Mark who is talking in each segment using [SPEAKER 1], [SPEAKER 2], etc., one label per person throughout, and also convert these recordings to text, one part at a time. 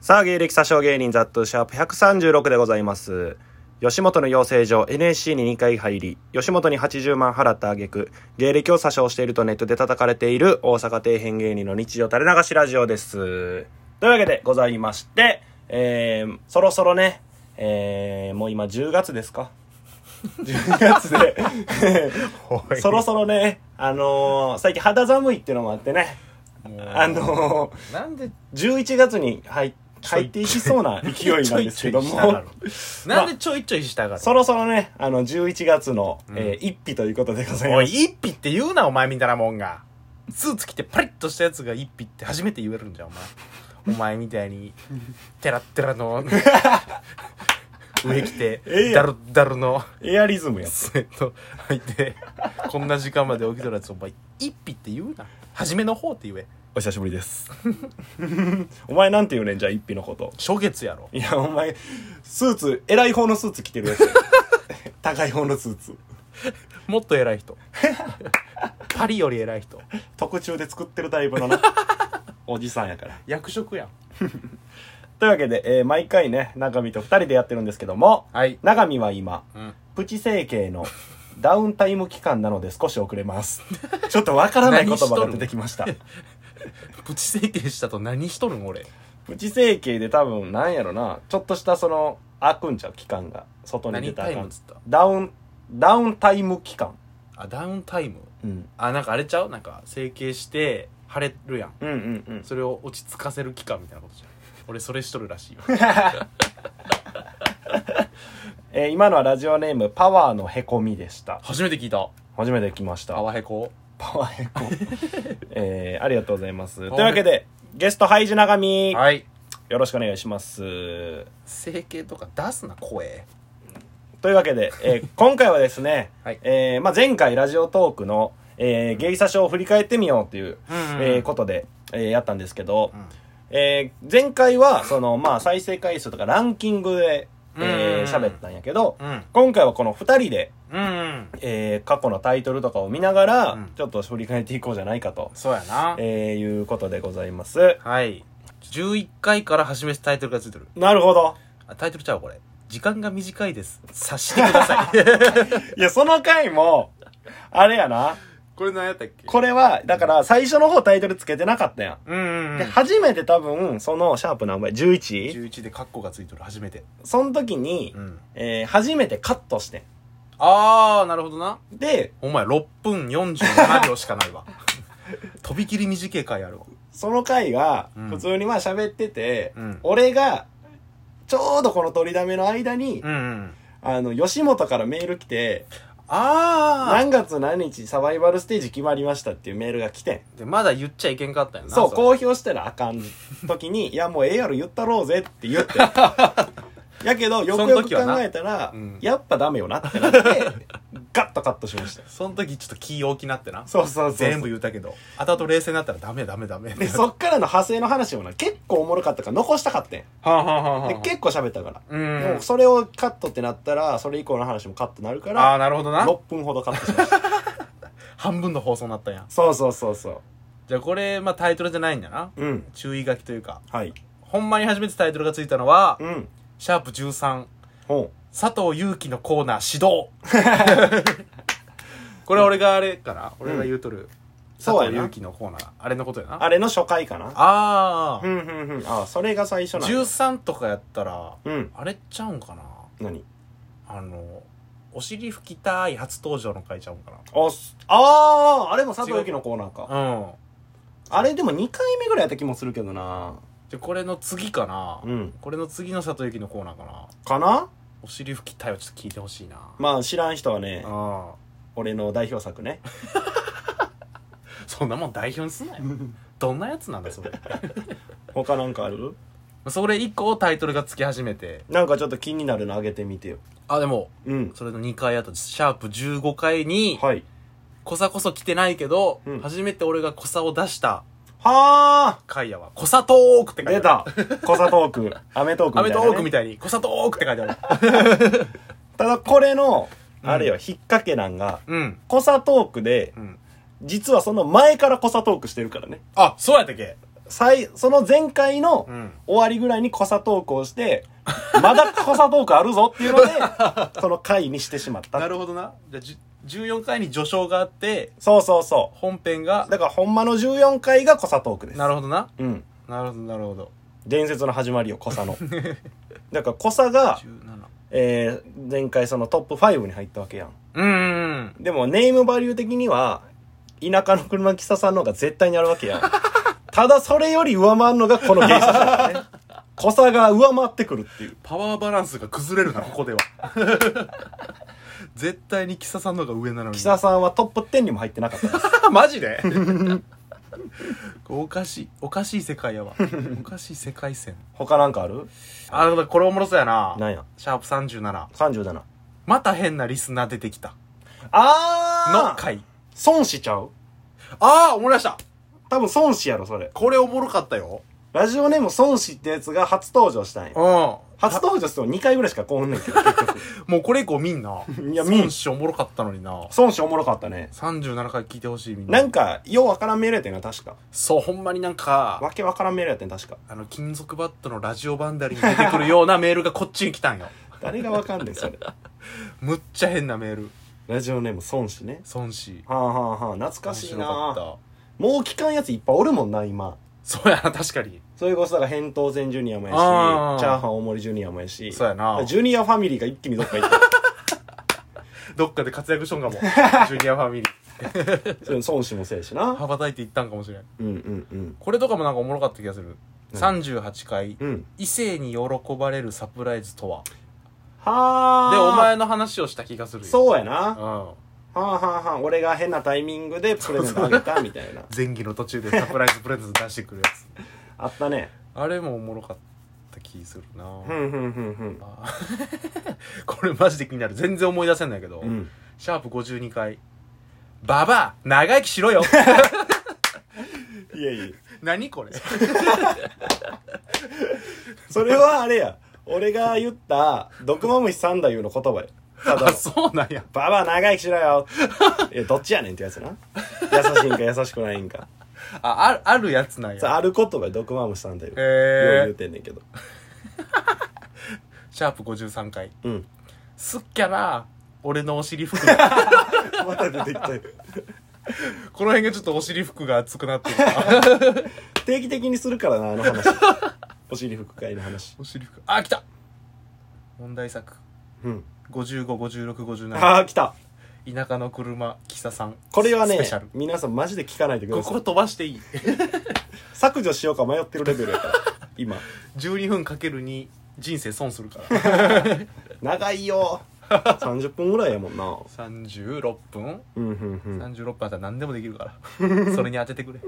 [SPEAKER 1] さあ、芸歴詐称芸人ザットシャープ136でございます。吉本の養成所 NSC に2回入り、吉本に80万払った挙句、芸歴を詐称しているとネットで叩かれている大阪底辺芸人の日常垂れ流しラジオです。というわけでございまして、えー、そろそろね、えー、もう今10月ですか ?10 月で、 そろそろね、あのー最近肌寒いっていうのもあってね、あのー
[SPEAKER 2] なんで
[SPEAKER 1] 11月に入っ入っていきそうな勢いなんですけど
[SPEAKER 2] ちょいちょいしたが
[SPEAKER 1] も
[SPEAKER 2] る、なんでちょいちょいしたがる
[SPEAKER 1] そろそろね、あの、11月の、えー一日ということでござい
[SPEAKER 2] お
[SPEAKER 1] ま
[SPEAKER 2] い
[SPEAKER 1] す。
[SPEAKER 2] 一匹って言うなお前みたいなもんがスーツ着てパリッとしたやつが一匹って初めて言えるんじゃんお前お前みたいにテラッテラ の上着て
[SPEAKER 1] ええや
[SPEAKER 2] ダ
[SPEAKER 1] ん
[SPEAKER 2] ルッダルの
[SPEAKER 1] エアリズムや。
[SPEAKER 2] スウェット履いてこんな時間まで起きとるやつお前一匹って言うな初めの方って言え
[SPEAKER 1] お久しぶりです。 お前なんて言うねん、じゃあ一日のこと。
[SPEAKER 2] 初月やろ
[SPEAKER 1] いや、お前、スーツ、偉い方のスーツ着てるやつ。高い方のスーツ。
[SPEAKER 2] もっと偉 い人パリより偉い人
[SPEAKER 1] 特注で作ってるタイプのな。おじさんやから。
[SPEAKER 2] 役職やん
[SPEAKER 1] というわけで、えー毎回ね、中身と二人でやってるんですけども、
[SPEAKER 2] はい、
[SPEAKER 1] 中身は今、
[SPEAKER 2] うん、
[SPEAKER 1] プチ整形のダウンタイム期間なので少し遅れます。 ちょっとわからない言葉が出てきました。
[SPEAKER 2] プチ整形したと何しとるん俺
[SPEAKER 1] プチ整形で多分なんやろな、ちょっとしたその、開くんちゃう期間が、外に出
[SPEAKER 2] 何
[SPEAKER 1] た
[SPEAKER 2] タ
[SPEAKER 1] らあ
[SPEAKER 2] イ
[SPEAKER 1] か
[SPEAKER 2] ム
[SPEAKER 1] ん
[SPEAKER 2] っつった
[SPEAKER 1] ダウン、ダウンタイム期間。
[SPEAKER 2] あダウンタイム
[SPEAKER 1] うん。
[SPEAKER 2] あなんかあれちゃうなんか整形して腫れるやん
[SPEAKER 1] うんうんうん。
[SPEAKER 2] それを落ち着かせる期間みたいなことじゃん俺それしとるらしいよ
[SPEAKER 1] えー今のはラジオネーム、パワーのへこみでした。
[SPEAKER 2] 初めて聞いた
[SPEAKER 1] 初めて来ました。
[SPEAKER 2] パワヘコ
[SPEAKER 1] パワーへこ。えー、ありがとうございます。という
[SPEAKER 2] パワー
[SPEAKER 1] わけで、ゲスト、ハイジ長見、
[SPEAKER 2] はい
[SPEAKER 1] よろしくお願いします。
[SPEAKER 2] 整形とか出すな声
[SPEAKER 1] というわけで、え ー今回はですね、
[SPEAKER 2] はい
[SPEAKER 1] えーまあ、前回ラジオトークの、えー、芸者賞を振り返ってみようという、
[SPEAKER 2] うんうんうん
[SPEAKER 1] えーことで、えーやったんですけど、
[SPEAKER 2] ん
[SPEAKER 1] えー前回はその、まあ、再生回数とかランキングで喋、えー
[SPEAKER 2] うんうんうん
[SPEAKER 1] 喋ったんやけど、
[SPEAKER 2] ん
[SPEAKER 1] 今回はこの2人で、
[SPEAKER 2] うん
[SPEAKER 1] えー過去のタイトルとかを見ながら、
[SPEAKER 2] うん
[SPEAKER 1] ちょっと振り返っていこうじゃないかと、
[SPEAKER 2] そうやな
[SPEAKER 1] えーいうことでございます。
[SPEAKER 2] はい11回から初めてタイトルがついてる
[SPEAKER 1] なるほ ど。
[SPEAKER 2] あタイトルちゃうこれ時間が短いです察してください
[SPEAKER 1] いや、その回も、あれやな。
[SPEAKER 2] これ何やったっけ
[SPEAKER 1] これは、だから最初の方タイトルつけてなかったやん。
[SPEAKER 2] うんうん、うん
[SPEAKER 1] で、初めて多分、その、シャープ何倍 ?11?
[SPEAKER 2] 11でカッコがついとる初めて
[SPEAKER 1] その時に、
[SPEAKER 2] ん
[SPEAKER 1] えー初めてカットして。
[SPEAKER 2] ああなるほどなん
[SPEAKER 1] で、
[SPEAKER 2] お前6分47秒しかないわ とびきり短い回あるわ
[SPEAKER 1] その回が
[SPEAKER 2] うん、
[SPEAKER 1] 普通にまあ喋ってて、
[SPEAKER 2] うん
[SPEAKER 1] 俺が、ちょうどこの取りだめの間に、
[SPEAKER 2] うん、うん、
[SPEAKER 1] あの、吉本からメール来て、
[SPEAKER 2] あ
[SPEAKER 1] 何月何日サバイバルステージ決まりましたっていうメールが来てん。
[SPEAKER 2] あでまだ言っちゃいけんかったよな
[SPEAKER 1] そう、
[SPEAKER 2] れ
[SPEAKER 1] 公表したらあかん時 に、いや、もうええやろ言ったろうぜって言 って。やけど、よくよく考えたら
[SPEAKER 2] その時はな、うん
[SPEAKER 1] やっぱダメよなって なって、ガッとカットしました。
[SPEAKER 2] その時ちょっと気大きなってな
[SPEAKER 1] そうそうそうそう。
[SPEAKER 2] 全部言ったけど後々冷静になったらダメダメダメ
[SPEAKER 1] で、そっからの派生の話もな、結構おもろかったから残したかってん。
[SPEAKER 2] はあはあはあはあ
[SPEAKER 1] で、結構喋ったから。
[SPEAKER 2] うん
[SPEAKER 1] でも、それをカットってなったら、それ以降の話もカットなるか
[SPEAKER 2] ああ
[SPEAKER 1] ら、
[SPEAKER 2] なるほどな
[SPEAKER 1] 6分ほどカットしま した。
[SPEAKER 2] 半分の放送になったんや
[SPEAKER 1] そうそうそうそ
[SPEAKER 2] じゃあこれまあタイトルじゃないんだな
[SPEAKER 1] う。うん。
[SPEAKER 2] 注意書きというか
[SPEAKER 1] はい。
[SPEAKER 2] ほんまに初めてタイトルがついたのは
[SPEAKER 1] うん。
[SPEAKER 2] 「シャープ #13
[SPEAKER 1] ほ
[SPEAKER 2] 佐藤祐樹のコーナー指 導これは俺があれかな、俺が言うとる佐
[SPEAKER 1] そうや
[SPEAKER 2] 藤
[SPEAKER 1] な
[SPEAKER 2] 祐樹のコーナーあれのことや
[SPEAKER 1] う。
[SPEAKER 2] な
[SPEAKER 1] あれの初回かな。
[SPEAKER 2] あ
[SPEAKER 1] う
[SPEAKER 2] あ
[SPEAKER 1] んうんうん。あ、それが最初なんや
[SPEAKER 2] 13とかやったら
[SPEAKER 1] うん。
[SPEAKER 2] あれちゃうんかな
[SPEAKER 1] 何
[SPEAKER 2] あのお尻拭きたい初登場の回ちゃうんか
[SPEAKER 1] あ、すあー、あれも佐藤由紀のコーナーか。
[SPEAKER 2] なうん
[SPEAKER 1] あれでも2回目ぐらいやった気もするけどな。
[SPEAKER 2] じゃこれの次かな、
[SPEAKER 1] うん。
[SPEAKER 2] これの次の佐藤祐樹のコーナー
[SPEAKER 1] か
[SPEAKER 2] かな
[SPEAKER 1] な
[SPEAKER 2] お尻拭きたいはちょっと聞いてほしいな、
[SPEAKER 1] まあ知らん人はね、
[SPEAKER 2] あ
[SPEAKER 1] 俺の代表作 ね。
[SPEAKER 2] あそんなもん代表にすんなよどんなやつなんだよそれ
[SPEAKER 1] 他なんかある
[SPEAKER 2] それ以降タイトルがつき始めて
[SPEAKER 1] なんかちょっと気になるのあげてみてよ。
[SPEAKER 2] あでも
[SPEAKER 1] うん。
[SPEAKER 2] それの2回あとシャープ15回に、
[SPEAKER 1] はい。
[SPEAKER 2] コサこそ来てないけど、
[SPEAKER 1] うん
[SPEAKER 2] 初めて俺がコサを出した
[SPEAKER 1] は
[SPEAKER 2] 回やわ。コサトークって
[SPEAKER 1] ー
[SPEAKER 2] 書い
[SPEAKER 1] 出
[SPEAKER 2] てあ
[SPEAKER 1] たコサトーク、アメトーク
[SPEAKER 2] る。ア
[SPEAKER 1] み
[SPEAKER 2] メ
[SPEAKER 1] たいな、
[SPEAKER 2] ト
[SPEAKER 1] ね。
[SPEAKER 2] ーークみたいに、コサトークって書い てある。
[SPEAKER 1] ただこれの、
[SPEAKER 2] うん
[SPEAKER 1] あれよ、引っ掛けなんが、
[SPEAKER 2] うん。
[SPEAKER 1] コサトークで
[SPEAKER 2] う、ん。
[SPEAKER 1] 実はその前からコサトークしてるからね。
[SPEAKER 2] あ、そうやったっけ
[SPEAKER 1] 最、その前回の
[SPEAKER 2] うん
[SPEAKER 1] 終わりぐらいに濃さトークをして、まだ濃さトークあるぞっていう ので、その回にしてしまった
[SPEAKER 2] な。るほどなじゃあじゅ14回に序章があって
[SPEAKER 1] そうそうそ
[SPEAKER 2] 本編
[SPEAKER 1] う。
[SPEAKER 2] が
[SPEAKER 1] だからほんまの14回が濃さトークです。
[SPEAKER 2] なるほどな
[SPEAKER 1] うん。
[SPEAKER 2] なるほどなるほど
[SPEAKER 1] 伝説の始まりよ、濃さの。 だから濃さが、
[SPEAKER 2] 17
[SPEAKER 1] えー、前回そのトップ5に入ったわけやん。
[SPEAKER 2] うーん
[SPEAKER 1] でもネームバリュー的には、田舎の車喫茶さんの方が絶対にあるわけやん。ただそれより上回るのがこの芸者さんだね。濃さが上回ってくるっていう。
[SPEAKER 2] パワーバランスが崩れるなここでは 絶対にキサさんの方が上なのに
[SPEAKER 1] キサさんはトップ10にも入ってなかったです。
[SPEAKER 2] マジでおかしいおかしい世界やわおかしい世界線
[SPEAKER 1] 他なんかある
[SPEAKER 2] あだからこれおもろそうやな
[SPEAKER 1] なんや
[SPEAKER 2] シャープ37
[SPEAKER 1] ?37。
[SPEAKER 2] また変なリスナー出てきたの
[SPEAKER 1] あー
[SPEAKER 2] 回
[SPEAKER 1] 損しちゃう
[SPEAKER 2] ああ思い出した
[SPEAKER 1] 多分損しやろ、それ。
[SPEAKER 2] これおもろかったよ
[SPEAKER 1] ラジオネーム損しってやつが初登場したんや
[SPEAKER 2] うん。も
[SPEAKER 1] 初登場すると2回ぐらいしかこうねん けど、結局。
[SPEAKER 2] うこれ以降見ん な
[SPEAKER 1] いや見ん
[SPEAKER 2] 孫子おもろかったのにな
[SPEAKER 1] 損しおもろかったね。
[SPEAKER 2] 37回聞いてほしいみんな
[SPEAKER 1] なんか、ようわからんメールやってんな、確か。
[SPEAKER 2] そうほんまになんか
[SPEAKER 1] わけわからんメールやってん、確か。
[SPEAKER 2] あの金属バットのラジオバンダリーに出てくるようなメールがこっちに来たんよ
[SPEAKER 1] 誰がわかんねん、 それ。
[SPEAKER 2] むっちゃ変なメール
[SPEAKER 1] ラジオネーム孫子ね。
[SPEAKER 2] 孫子
[SPEAKER 1] はあはあはあ、懐かしい
[SPEAKER 2] 面白
[SPEAKER 1] な
[SPEAKER 2] かった
[SPEAKER 1] もう聞かんやついっぱいおるもんな、今。
[SPEAKER 2] そうやな確かに
[SPEAKER 1] それこそ、だから、扁桃腺ジュニアもやし、チ
[SPEAKER 2] あー
[SPEAKER 1] ャーハン大盛りジュニアもやし、
[SPEAKER 2] そうやな
[SPEAKER 1] ジュニアファミリーが一気にどっか行った。
[SPEAKER 2] どっかで活躍しとんかもジュニアファミリー
[SPEAKER 1] それ孫子もせえしな。
[SPEAKER 2] 羽ばたいていったんかもしれん
[SPEAKER 1] うんうんうん。
[SPEAKER 2] これとかもなんかおもろかった気がする38回
[SPEAKER 1] うん。
[SPEAKER 2] 異性に喜ばれるサプライズとは
[SPEAKER 1] はあ。
[SPEAKER 2] でお前の話をした気がするよ
[SPEAKER 1] そうやな。
[SPEAKER 2] う
[SPEAKER 1] は
[SPEAKER 2] ん
[SPEAKER 1] あはあはあ。俺が変なタイミングでプレゼントあげたみたいな。
[SPEAKER 2] 前期の途中でサプライズプレゼント出してくるやつ
[SPEAKER 1] あったね。
[SPEAKER 2] あれもおもろかった気するな
[SPEAKER 1] ふんふんふんふん。
[SPEAKER 2] あーこれマジで気になる全然思い出せんだけど、
[SPEAKER 1] うん。
[SPEAKER 2] シャープ52回「ババア長生きし ろよ!
[SPEAKER 1] いやいや。」
[SPEAKER 2] 何これ
[SPEAKER 1] それはあれや。俺が言った、毒マムシ三太夫の言葉や。ただ
[SPEAKER 2] あ、そうなんや
[SPEAKER 1] ババア長生きしろよ。いや、どっちやねんってやつな。優しいんか優しくないんか。
[SPEAKER 2] ああるあるやつなん
[SPEAKER 1] さ
[SPEAKER 2] や
[SPEAKER 1] あ、ある言葉で毒マムシさんだよ。よう言
[SPEAKER 2] え
[SPEAKER 1] う
[SPEAKER 2] ー、
[SPEAKER 1] てんねんけど。
[SPEAKER 2] シャープ53回
[SPEAKER 1] うん。
[SPEAKER 2] 「すっきゃな俺のお尻服
[SPEAKER 1] また出てきたよ。
[SPEAKER 2] この辺がちょっとお尻服が熱くなってる な
[SPEAKER 1] 定期的にするからな、あの話。お尻服会の話。
[SPEAKER 2] お尻服あ来た問題作
[SPEAKER 1] うん。
[SPEAKER 2] 555657
[SPEAKER 1] ああ、来た。
[SPEAKER 2] 田舎の車キサさん
[SPEAKER 1] これは
[SPEAKER 2] ス
[SPEAKER 1] ね
[SPEAKER 2] ペシャル、
[SPEAKER 1] 皆さんマジで聞かないでく
[SPEAKER 2] こ
[SPEAKER 1] ださ
[SPEAKER 2] こ
[SPEAKER 1] い。
[SPEAKER 2] 飛ばしていい
[SPEAKER 1] 削除しようか迷ってるレベルや から。今。
[SPEAKER 2] 12分かける2人生損するから
[SPEAKER 1] 長いよ。30分ぐらいやもんな。
[SPEAKER 2] 36分
[SPEAKER 1] うんうんうん。
[SPEAKER 2] 36分あったら何でもできるから それに当ててくれ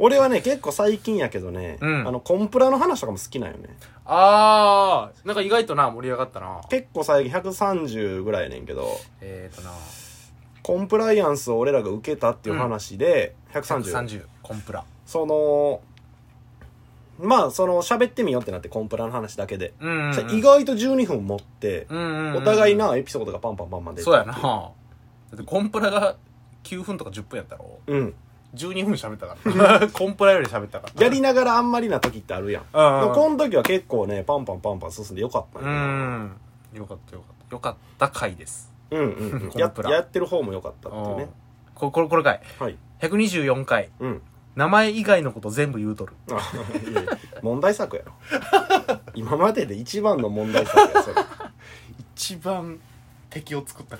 [SPEAKER 1] 俺はね、結構最近やけどね、
[SPEAKER 2] うん
[SPEAKER 1] あの、コンプラの話とかも好きなんよね。
[SPEAKER 2] あーなんか意外とな盛り上がったな
[SPEAKER 1] 結構最近130ぐらいやねんけど、
[SPEAKER 2] えーとな
[SPEAKER 1] コンプライアンスを俺らが受けたっていう話で、130。
[SPEAKER 2] 130コンプラ
[SPEAKER 1] その、まあ、その、喋ってみようってなって、コンプラの話だけで。
[SPEAKER 2] うんうんうん
[SPEAKER 1] さ意外と12分持って、
[SPEAKER 2] うんうんうん
[SPEAKER 1] お互いな、エピソードがパンパンパンパン出て
[SPEAKER 2] そうやなだってコンプラが9分とか10分やったろ
[SPEAKER 1] うん。
[SPEAKER 2] 12分喋ったから コンプラより喋ったから
[SPEAKER 1] やりながらあんまりな時ってあるやん。で
[SPEAKER 2] うん
[SPEAKER 1] もこの時は結構ね、パンパンパンパン進んでよかった
[SPEAKER 2] う
[SPEAKER 1] ね。
[SPEAKER 2] んよかったよかったよかった回です
[SPEAKER 1] うんうんうん。
[SPEAKER 2] コン
[SPEAKER 1] や
[SPEAKER 2] プラ
[SPEAKER 1] やってる方もよかったっていう
[SPEAKER 2] うん
[SPEAKER 1] ね。
[SPEAKER 2] ここれこれ回
[SPEAKER 1] はい。
[SPEAKER 2] 124回
[SPEAKER 1] うん。
[SPEAKER 2] 名前以外のこと全部言うとる
[SPEAKER 1] あいやいや問題作やろ。 今までで一番の問題作や、それ。
[SPEAKER 2] 一番敵を作った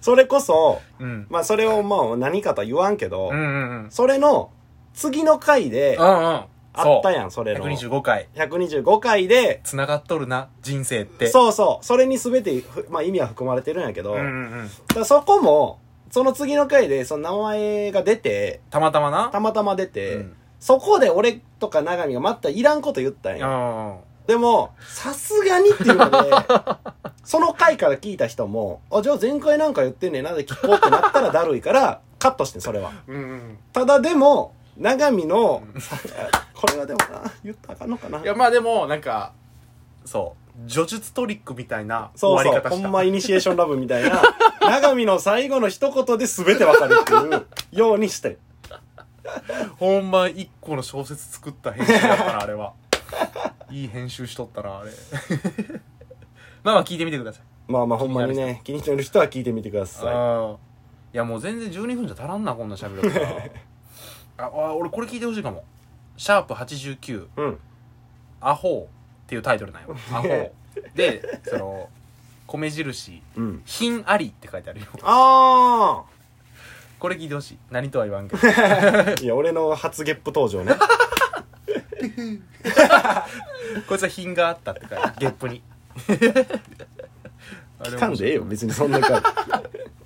[SPEAKER 1] それこそ、
[SPEAKER 2] うん
[SPEAKER 1] まあそれをもう何かとは言わんけど、
[SPEAKER 2] うんうんうん
[SPEAKER 1] それの次の回で、
[SPEAKER 2] うんうん
[SPEAKER 1] あったやん、それの。
[SPEAKER 2] 125回
[SPEAKER 1] 125回で、
[SPEAKER 2] つながっとるな人生って
[SPEAKER 1] そうそう、それに全てふ、まあ意味は含まれてるんやけど、
[SPEAKER 2] うんうんうん
[SPEAKER 1] だからそこも、その次の回で、その名前が出て、
[SPEAKER 2] たまたまな
[SPEAKER 1] たまたま出て、
[SPEAKER 2] うん
[SPEAKER 1] そこで俺とか永見が全くいらんこと言ったん
[SPEAKER 2] う
[SPEAKER 1] や。
[SPEAKER 2] んうん
[SPEAKER 1] でも、さすがにっていう ので、その回から聞いた人も、あ、じゃあ前回なんか言ってんねんなで聞こうってなったらだるいから、カットしてんそれは。
[SPEAKER 2] うん
[SPEAKER 1] ただでも、永見の、これはでもな、言ったらあかんのかな
[SPEAKER 2] うんい。やまあでもなんかそう叙述トリックみたいな
[SPEAKER 1] そう
[SPEAKER 2] 終
[SPEAKER 1] そ
[SPEAKER 2] わ
[SPEAKER 1] う
[SPEAKER 2] り方
[SPEAKER 1] ほ
[SPEAKER 2] し
[SPEAKER 1] ん
[SPEAKER 2] た
[SPEAKER 1] まイニシエーションラブみたいな、長見の最後の一言で全てわかるっていうようにして。
[SPEAKER 2] ほんま一個の小説作った編集だったなあ れはいい編集しとったなあれ まあまあ聞いてみてください
[SPEAKER 1] まあまあほんまにね気に入ってる人は聞いてみてくださ
[SPEAKER 2] あーいやもう全然12分じゃ足らんなこんな 喋るからああ俺これ聞いてほしいかも「シャープ #89
[SPEAKER 1] いうん
[SPEAKER 2] アホー」っていうタイトルな んよアホーでその米印
[SPEAKER 1] うん
[SPEAKER 2] 「品あり」って書いてあるよ
[SPEAKER 1] あ
[SPEAKER 2] これ聞いてほしい何とは言わんけど
[SPEAKER 1] あいや俺の初ゲップ登場ね
[SPEAKER 2] こいつは品があったって書いてあるゲップにあれ
[SPEAKER 1] 噛んでええよ別にそんな感じ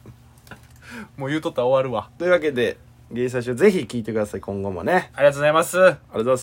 [SPEAKER 2] もう言うとったら終わるわ
[SPEAKER 1] というわけで芸最初ぜひ聞いてください今後もね
[SPEAKER 2] ありがとうございます
[SPEAKER 1] ありがとうございます